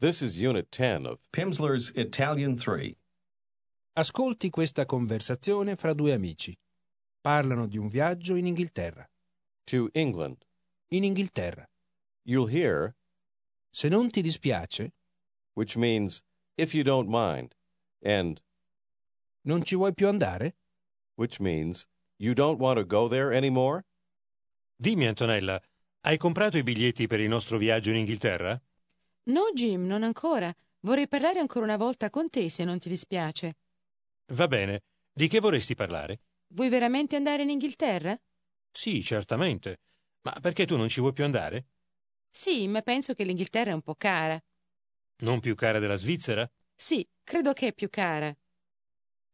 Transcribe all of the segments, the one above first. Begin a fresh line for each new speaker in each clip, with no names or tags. This is Unit 10 of
Pimsleur's Italian 3.
Ascolti questa conversazione fra due amici. Parlano di un viaggio in Inghilterra.
To England.
In Inghilterra.
You'll hear,
Se non ti dispiace,
which means if you don't mind, and
non ci vuoi più andare?
which means you don't want to go there anymore.
Dimmi, Antonella, hai comprato i biglietti per il nostro viaggio in Inghilterra?
No, Jim, non ancora. Vorrei parlare ancora una volta con te, se non ti dispiace.
Va bene. Di che vorresti parlare?
Vuoi veramente andare in Inghilterra?
Sì, certamente. Ma perché tu non ci vuoi più andare?
Sì, ma penso che l'Inghilterra è un po' cara.
Non più cara della Svizzera?
Sì, credo che è più cara.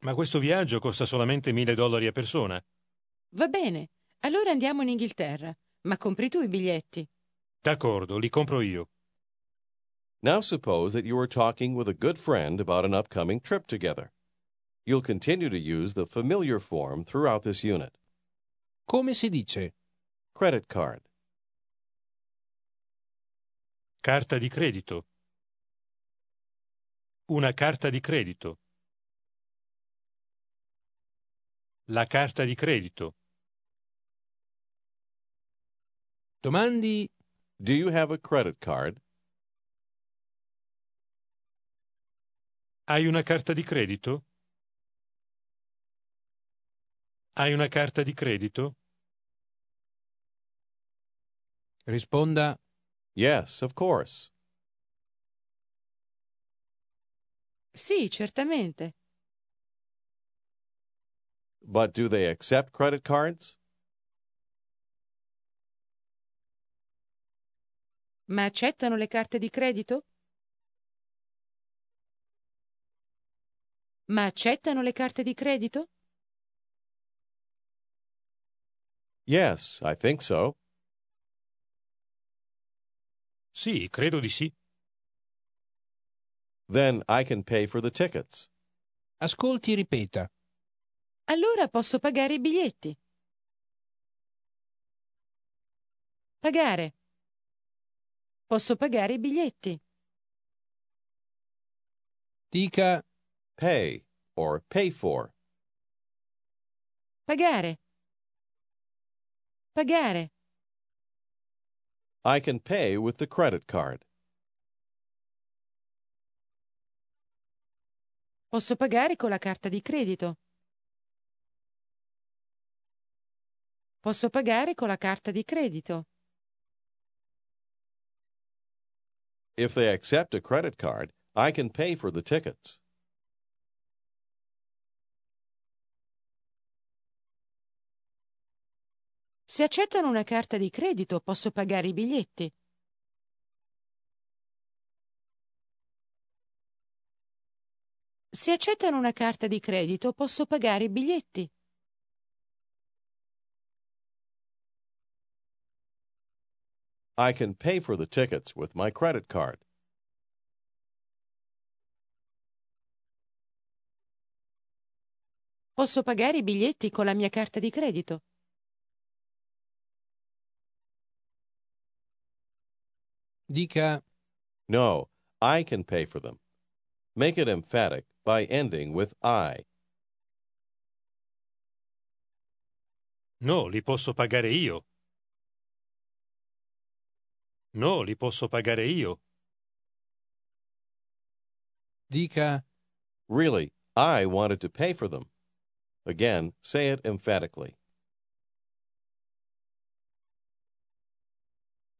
Ma questo viaggio costa solamente mille dollari a persona.
Va bene, allora andiamo in Inghilterra. Ma compri tu i biglietti.
D'accordo, li compro io.
Now suppose that you are talking with a good friend about an upcoming trip together. You'll continue to use the familiar form throughout this unit.
Come si dice?
Credit card.
Carta di credito. Una carta di credito. La carta di credito.
Domandi
Do you have a credit card?
Hai una carta di credito? Hai una carta di credito?
risponda
Yes, of course.
Sì, certamente.
But do they accept credit cards?
Ma accettano le carte di credito? Ma accettano le carte di credito?
Yes, I think so.
Sì, credo di sì.
Then I can pay for the tickets.
Ascolti e ripeta.
Allora posso pagare i biglietti. Pagare. Posso pagare i biglietti.
Dica
Pay or pay for.
Pagare. Pagare.
I can pay with the credit card.
Posso pagare con la carta di credito. Posso pagare con la carta di credito.
If they accept a credit card, I can pay for the tickets.
Se accettano una carta di credito, posso pagare i biglietti. Se accettano una carta di credito, posso pagare i biglietti.
I can pay for the tickets with my credit card.
Posso pagare i biglietti con la mia carta di credito.
dica
No, I can pay for them. Make it emphatic by ending with I.
No, li posso pagare io. No, li posso pagare io.
dica
Really, I wanted to pay for them. Again, say it emphatically.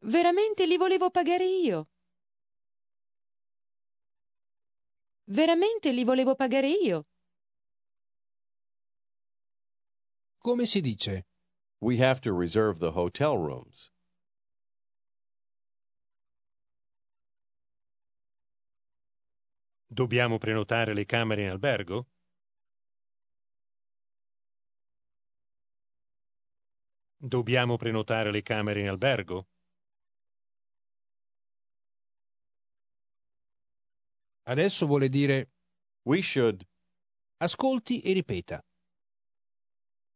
Veramente li volevo pagare io. Veramente li volevo pagare io.
come si dice?
We have to reserve the hotel rooms.
Dobbiamo prenotare le camere in albergo? Dobbiamo prenotare le camere in albergo?
Adesso vuole dire
We should.
ascolti e ripeta.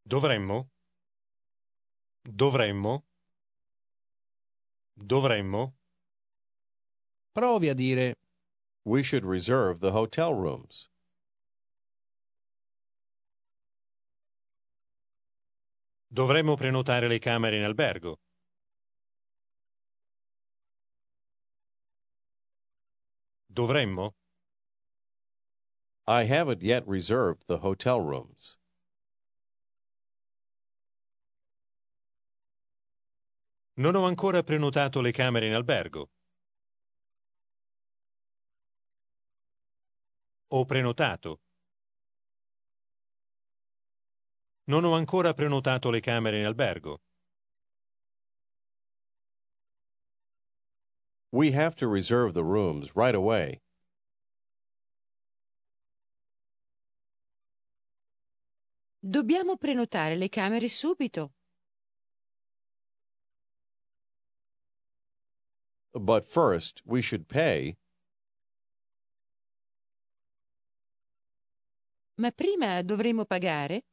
Dovremmo? Dovremmo? Dovremmo?
Provi a dire
We should reserve the hotel rooms.
Dovremmo prenotare le camere in albergo. Dovremmo?
I haven't yet reserved the hotel rooms.
Non ho ancora prenotato le camere in albergo. Ho prenotato. Non ho ancora prenotato le camere in albergo.
We have to reserve the rooms right away.
Dobbiamo prenotare le camere subito.
But first, we should pay.
Ma prima dovremo pagare?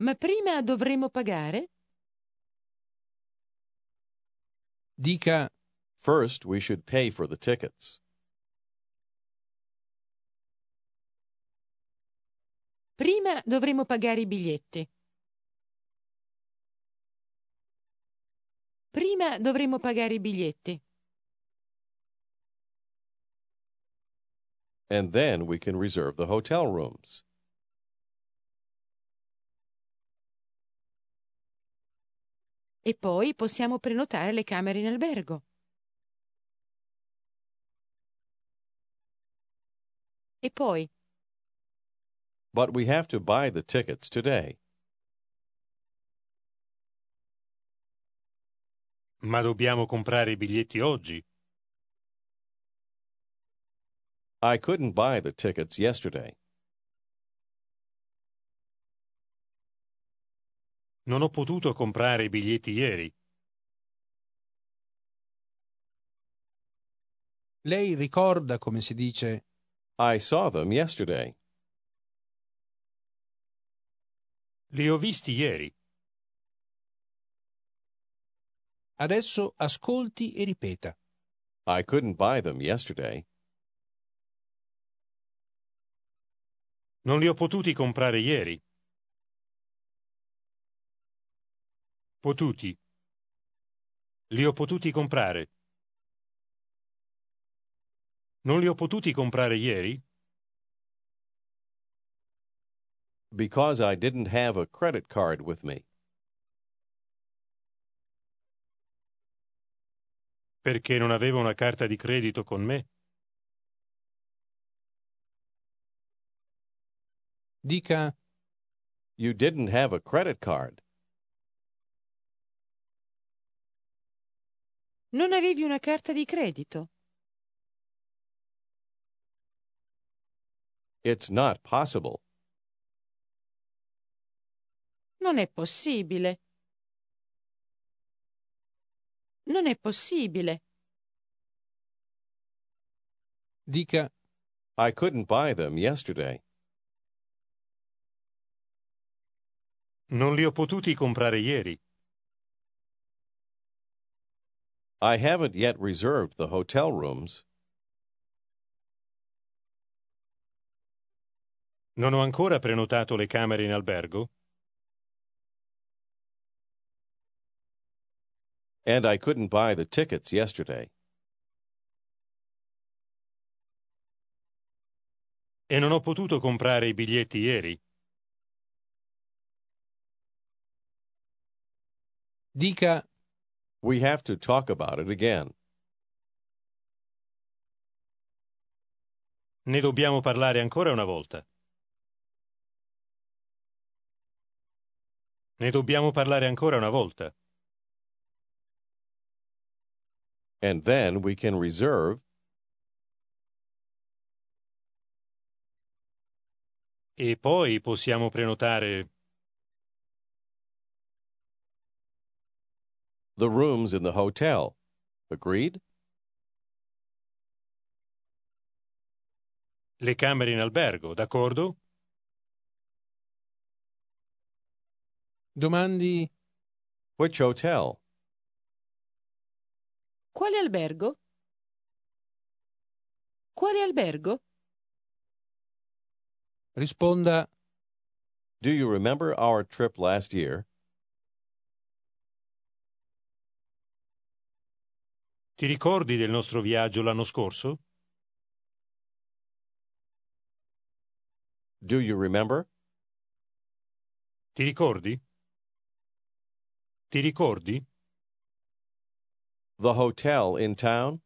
Ma prima dovremo pagare?
Dica
First, we should pay for the tickets.
Prima dovremo pagare i biglietti. Prima dovremo pagare i biglietti.
And then we can reserve the hotel rooms.
E poi possiamo prenotare le camere in albergo. E poi,
But we have to buy the tickets today.
Ma dobbiamo comprare i biglietti oggi.
I couldn't buy the tickets yesterday.
Non ho potuto comprare i biglietti ieri.
Lei ricorda come si dice
I saw them yesterday.
Li ho visti ieri.
Adesso ascolti e ripeta.
I couldn't buy them yesterday.
Non li ho potuti comprare ieri. Potuti. Li ho potuti comprare. Non li ho potuti comprare ieri?
Because I didn't have a credit card with me.
Perché non avevo una carta di credito con me?
Dica
You didn't have a credit card.
non avevi una carta di credito.
It's not possible.
Non è possibile. Non è possibile.
Dica
I couldn't buy them yesterday.
Non li ho potuti comprare ieri.
I haven't yet reserved the hotel rooms.
Non ho ancora prenotato le camere in albergo?
And I couldn't buy the tickets yesterday.
E non ho potuto comprare i biglietti ieri?
Dica
We have to talk about it again.
Ne dobbiamo parlare ancora una volta. Ne dobbiamo parlare ancora una volta.
And then we can reserve
E poi possiamo prenotare.
the rooms in the hotel. Agreed?
Le camere in albergo, d'accordo?
domandi
Which hotel?
Quale albergo? Quale albergo?
Risponda
Do you remember our trip last year?
Ti ricordi del nostro viaggio l'anno scorso?
Do you remember?
Ti ricordi? Ti ricordi?
The hotel in town?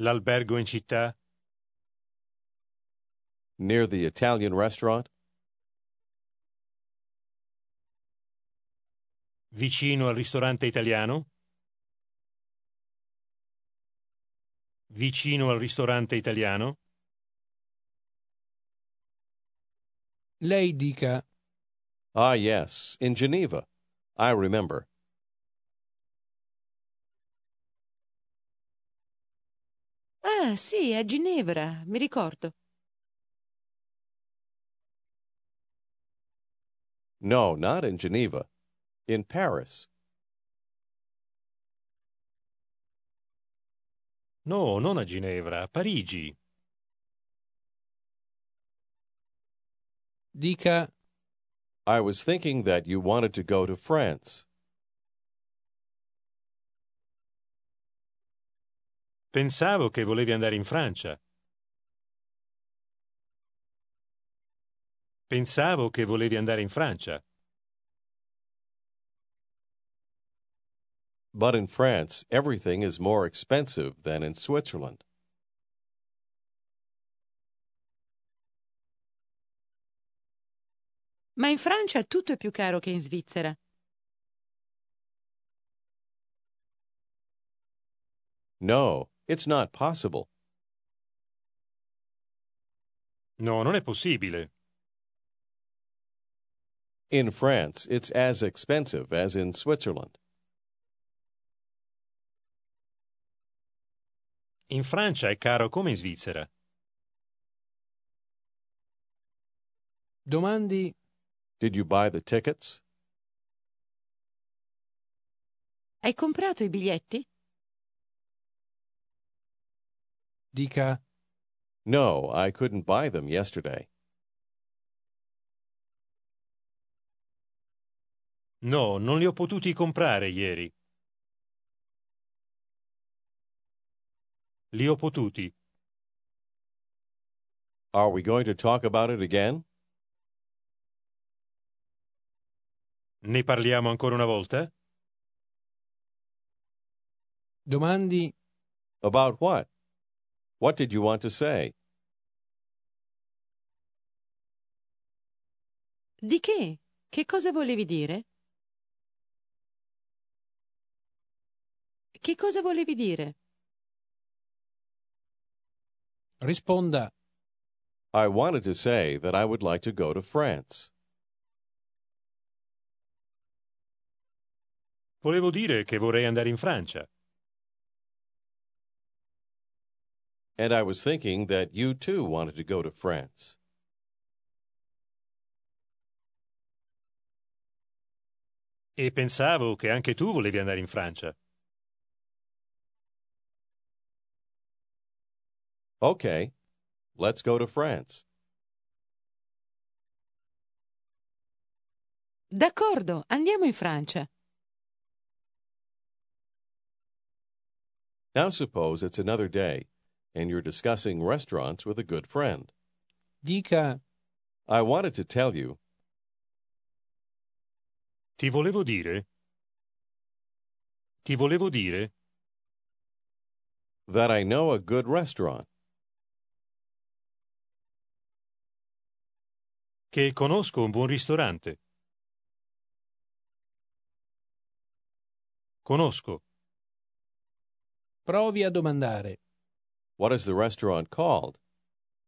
L'albergo in città?
Near the Italian restaurant?
Vicino al ristorante italiano? Vicino al ristorante italiano?
lei dica
Ah, yes, in Geneva. I remember.
Ah, sì, a Ginevra, mi ricordo.
No, not in Geneva. In Paris.
No, non a Ginevra, a Parigi.
dica
I was thinking that you wanted to go to France.
Pensavo che volevi andare in Francia. Pensavo che volevi andare in Francia.
But in France, everything is more expensive than in Switzerland.
Ma in Francia tutto è più caro che in Svizzera.
No, it's not possible.
No, non è possibile.
In France, it's as expensive as in Switzerland.
In Francia è caro come in Svizzera.
domandi
Did you buy the tickets?
Hai comprato i biglietti?
dica
No, I couldn't buy them yesterday.
No, non li ho potuti comprare ieri. Li ho potuti.
Are we going to talk about it again?
Ne parliamo ancora una volta?
domandi
About what? What did you want to say?
Di che? Che cosa volevi dire? Che cosa volevi dire?
risponda
I wanted to say that I would like to go to France.
Volevo dire che vorrei andare in Francia.
And I was thinking that you too wanted to go to France.
E pensavo che anche tu volevi andare in Francia.
Okay, let's go to France.
D'accordo, andiamo in Francia.
Now suppose it's another day, and you're discussing restaurants with a good friend.
dica
I wanted to tell you,
Ti volevo dire. Ti volevo dire
that I know a good restaurant.
che conosco un buon ristorante. Conosco.
provi a domandare
What is the restaurant called?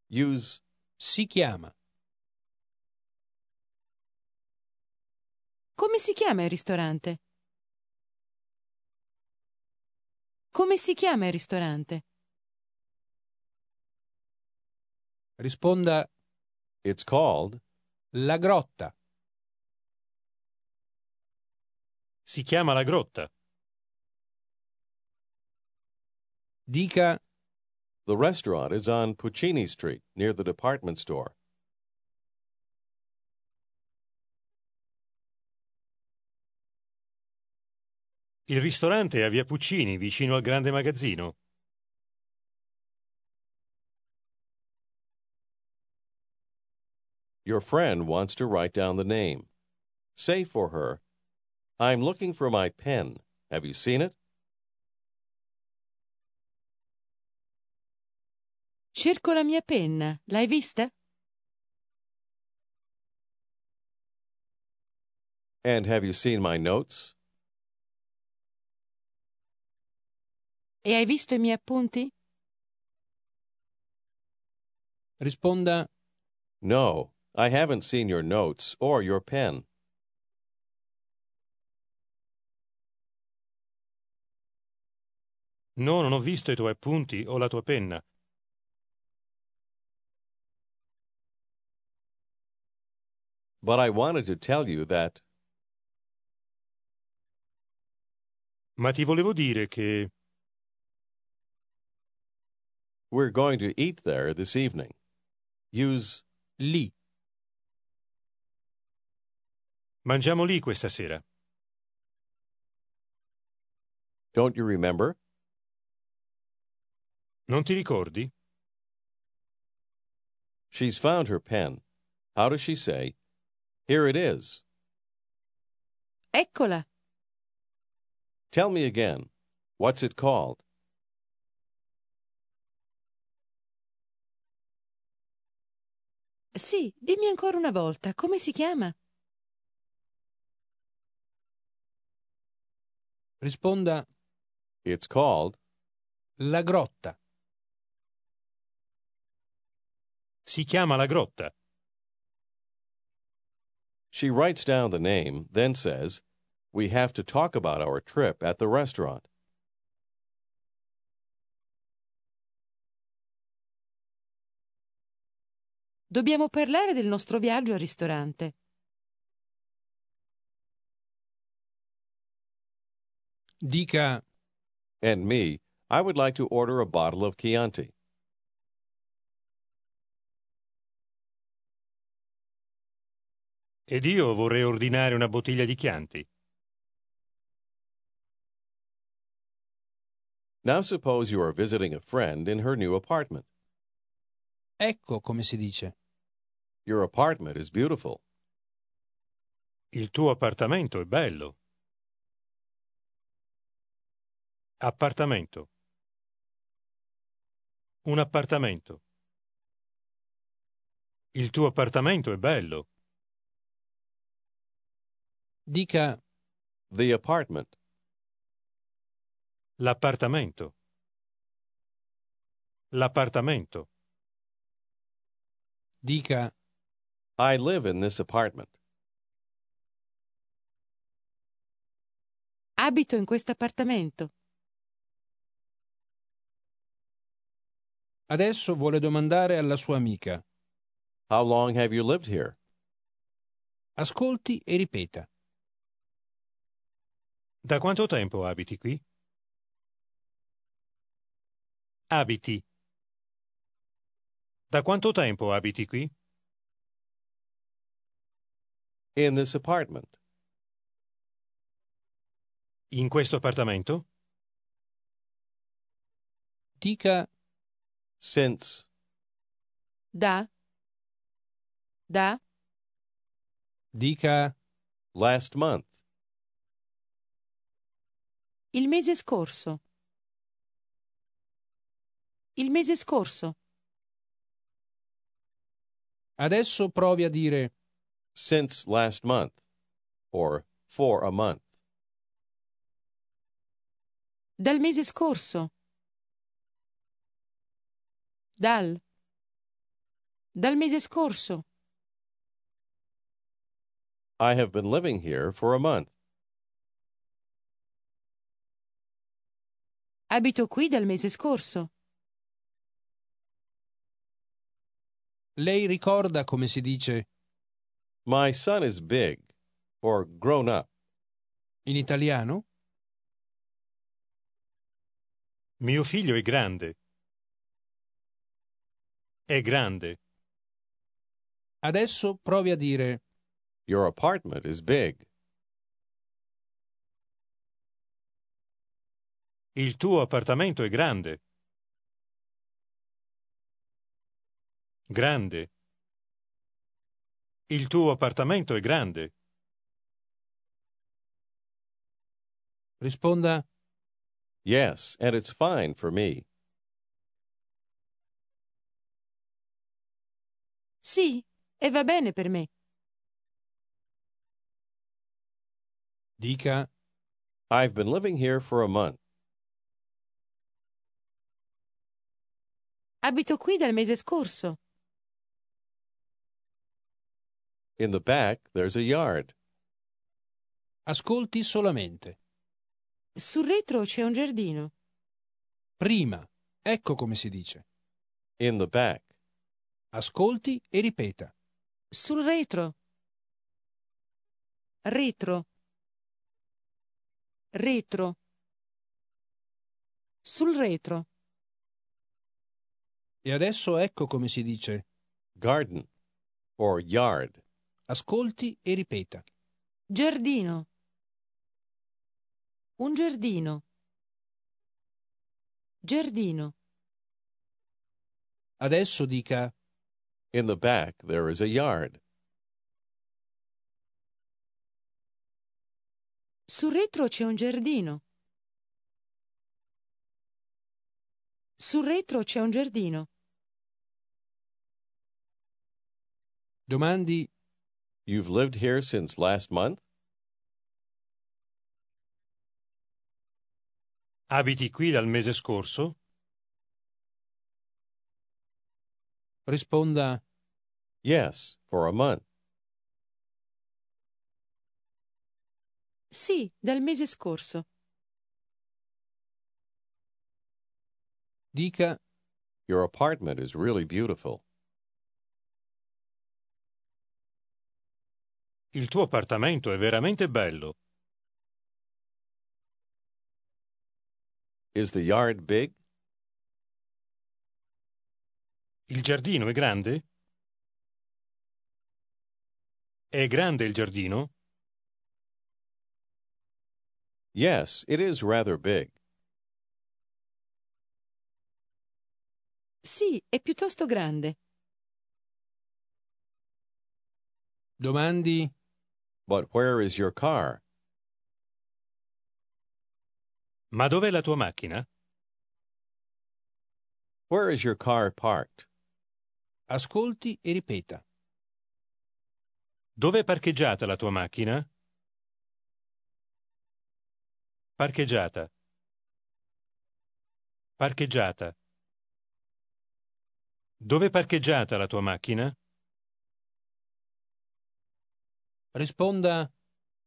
Use
si chiama
Come si chiama il ristorante? Come si chiama il ristorante?
risponda
it's called
la grotta
Si chiama La Grotta.
Dica
The restaurant is on Puccini Street near the department store.
Il ristorante è a Via Puccini, vicino al grande magazzino.
Your friend wants to write down the name. Say for her, I'm looking for my pen. Have you seen it?
Cerco la mia penna. L'hai vista?
And have you seen my notes?
E hai visto i miei appunti?
risponda
No, I haven't seen your notes or your pen.
No, non ho visto i tuoi appunti o la tua penna.
But I wanted to tell you that.
Ma ti volevo dire che
We're going to eat there this evening. Use
lì.
mangiamo lì questa sera.
don't you remember?
Non ti ricordi?
She's found her pen. How does she say? Here it is.
Eccola.
Tell me again. What's it called?
Sì, dimmi ancora una volta, come si chiama?
Risponda
It's called.
la grotta.
Si chiama La Grotta.
She writes down the name, then says, We have to talk about our trip at the restaurant.
Dobbiamo parlare del nostro viaggio al ristorante.
Dica
And me, I would like to order a bottle of Chianti.
Ed io vorrei ordinare una bottiglia di Chianti.
Now suppose you are visiting a friend in her new apartment.
ecco come si dice.
Your apartment is beautiful.
Il tuo appartamento è bello. Appartamento. Un appartamento. Il tuo appartamento è bello.
Dica
The apartment.
L'appartamento. L'appartamento.
dica
I live in this apartment.
Abito in questo appartamento.
Adesso vuole domandare alla sua amica.
How long have you lived here?
Ascolti e ripeta.
Da quanto tempo abiti qui? Abiti. Da quanto tempo abiti qui?
In this apartment.
In questo appartamento?
Dica
Since.
Da? Da?
dica
Last month.
Il mese scorso. Il mese scorso.
Adesso provi a dire
Since last month. Or for a month.
Dal mese scorso. Dal. Dal mese scorso.
I have been living here for a month.
Abito qui dal mese scorso.
Lei ricorda come si dice
My son is big. Or grown up.
in italiano?
Mio figlio è grande. È grande.
Adesso provi a dire
Your apartment is big.
Il tuo appartamento è grande. Grande. Il tuo appartamento è grande.
risponda
Yes, and it's fine for me.
Sì, e va bene per me.
dica
I've been living here for a month.
Abito qui dal mese scorso.
In the back, there's a yard.
ascolti solamente.
Sul retro c'è un giardino.
Prima, ecco come si dice.
In the back.
Ascolti e ripeta.
Sul retro. Retro. Retro. Sul retro.
E adesso ecco come si dice.
Garden. Or yard.
Ascolti e ripeta.
Giardino. Un giardino. Giardino.
Adesso dica
In the back, there is a yard.
Sul retro c'è un giardino. Sul retro c'è un giardino.
domandi
You've lived here since last month?
Abiti qui dal mese scorso?
risponda
Yes, for a month.
Sì, dal mese scorso.
dica
Your apartment is really beautiful.
Il tuo appartamento è veramente bello.
Is the yard big?
Il giardino è grande? È grande il giardino?
Yes, it is rather big.
Sì, è piuttosto grande.
domandi
But where is your car?
Ma dov'è la tua macchina?
Where is your car parked?
ascolti e ripeta
Dov'è parcheggiata la tua macchina? Parcheggiata. Parcheggiata. Dov'è parcheggiata la tua macchina?
risponda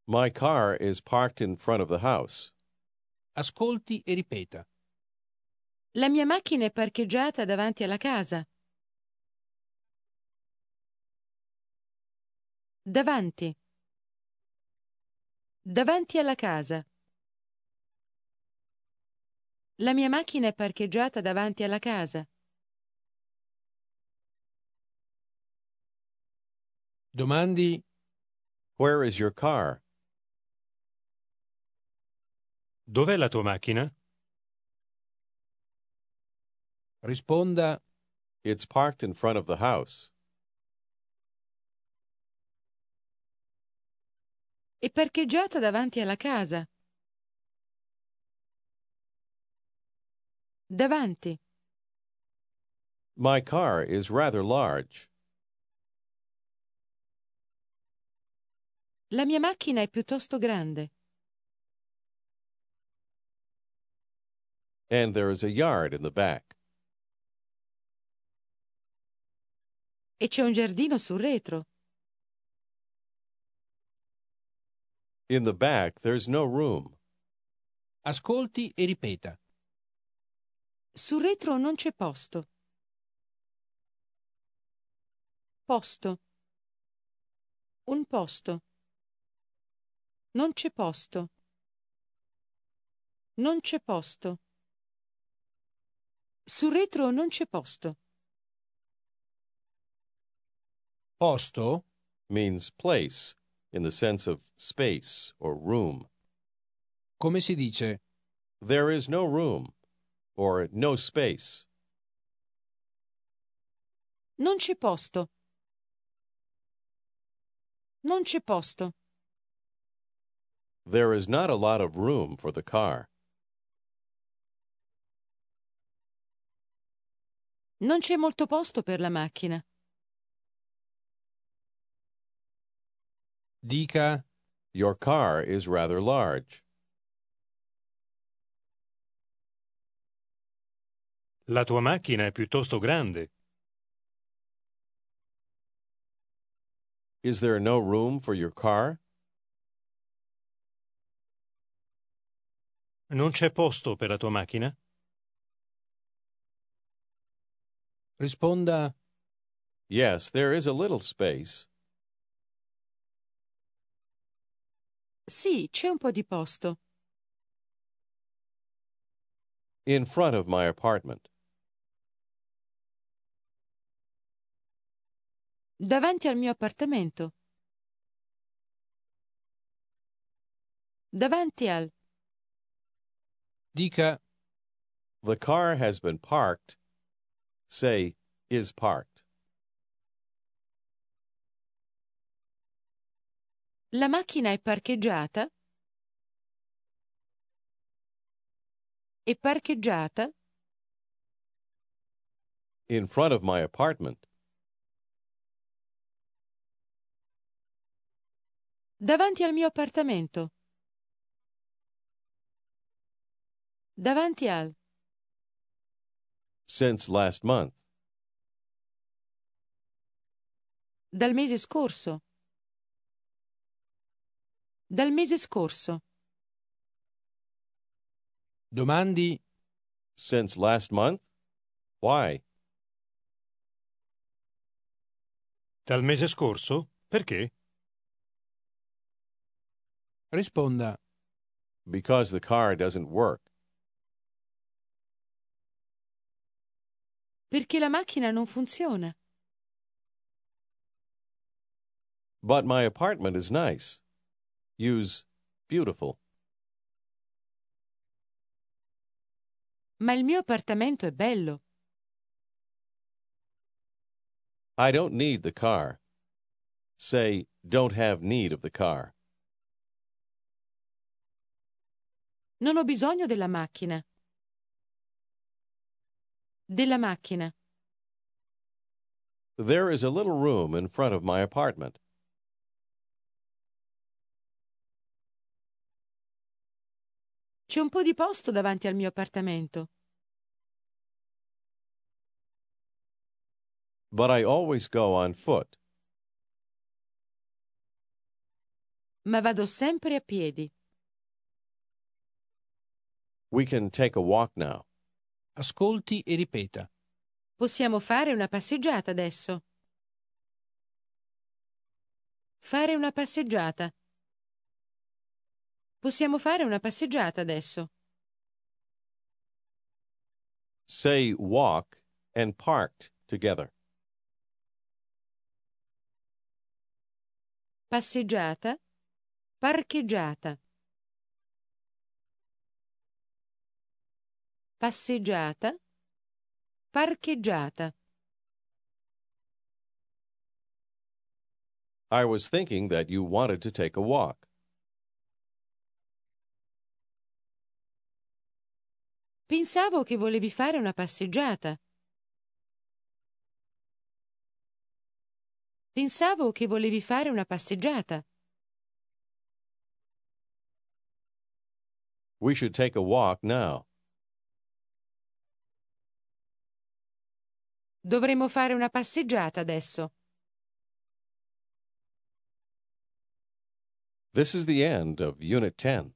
My car is parked in front of the house.
ascolti e ripeta
La mia macchina è parcheggiata davanti alla casa. Davanti. Davanti alla casa. La mia macchina è parcheggiata davanti alla casa.
domandi
Where is your car?
Dov'è la tua macchina?
risponda
It's parked in front of the house.
È parcheggiata davanti alla casa. Davanti.
My car is rather large.
La mia macchina è piuttosto grande.
And there is a yard in the back.
E c'è un giardino sul retro.
In the back, there's no room.
ascolti e ripeta
Sul retro non c'è posto. Posto. Un posto. Non c'è posto. Non c'è posto. Sul retro non c'è posto.
Posto?
means place in the sense of space or room.
Come si dice?
There is no room or no space.
Non c'è posto. Non c'è posto.
There is not a lot of room for the car.
Non c'è molto posto per la macchina.
Dica
Your car is rather large.
La tua macchina è piuttosto grande.
Is there no room for your car?
Non c'è posto per la tua macchina?
risponda
Yes, there is a little space.
Sì, c'è un po' di posto.
In front of my apartment.
Davanti al mio appartamento. Davanti al.
dica
The car has been parked. Say, is parked.
La macchina è parcheggiata. È parcheggiata
In front of my apartment.
davanti al mio appartamento. Davanti al.
Since last month.
Dal mese scorso. Dal mese scorso.
domandi
Since last month? Why?
Dal mese scorso? Perché?
risponda
Because the car doesn't work.
Perché la macchina non funziona.
But my apartment is nice. Use beautiful.
Ma il mio appartamento è bello.
I don't need the car. Say, don't have need of the car.
Non ho bisogno della macchina. Della macchina.
There is a little room in front of my apartment.
C'è un po' di posto davanti al mio appartamento.
But I always go on foot.
Ma vado sempre a piedi.
We can take a walk now.
ascolti e ripeta
Possiamo fare una passeggiata adesso. Fare una passeggiata. Possiamo fare una passeggiata adesso.
Say walk and parked together.
Passeggiata. Parcheggiata. Passeggiata. Parcheggiata.
I was thinking that you wanted to take a walk.
Pensavo che volevi fare una passeggiata. Pensavo che volevi fare una passeggiata.
We should take a walk now.
Dovremmo fare una passeggiata adesso.
This is the end of Unit 10.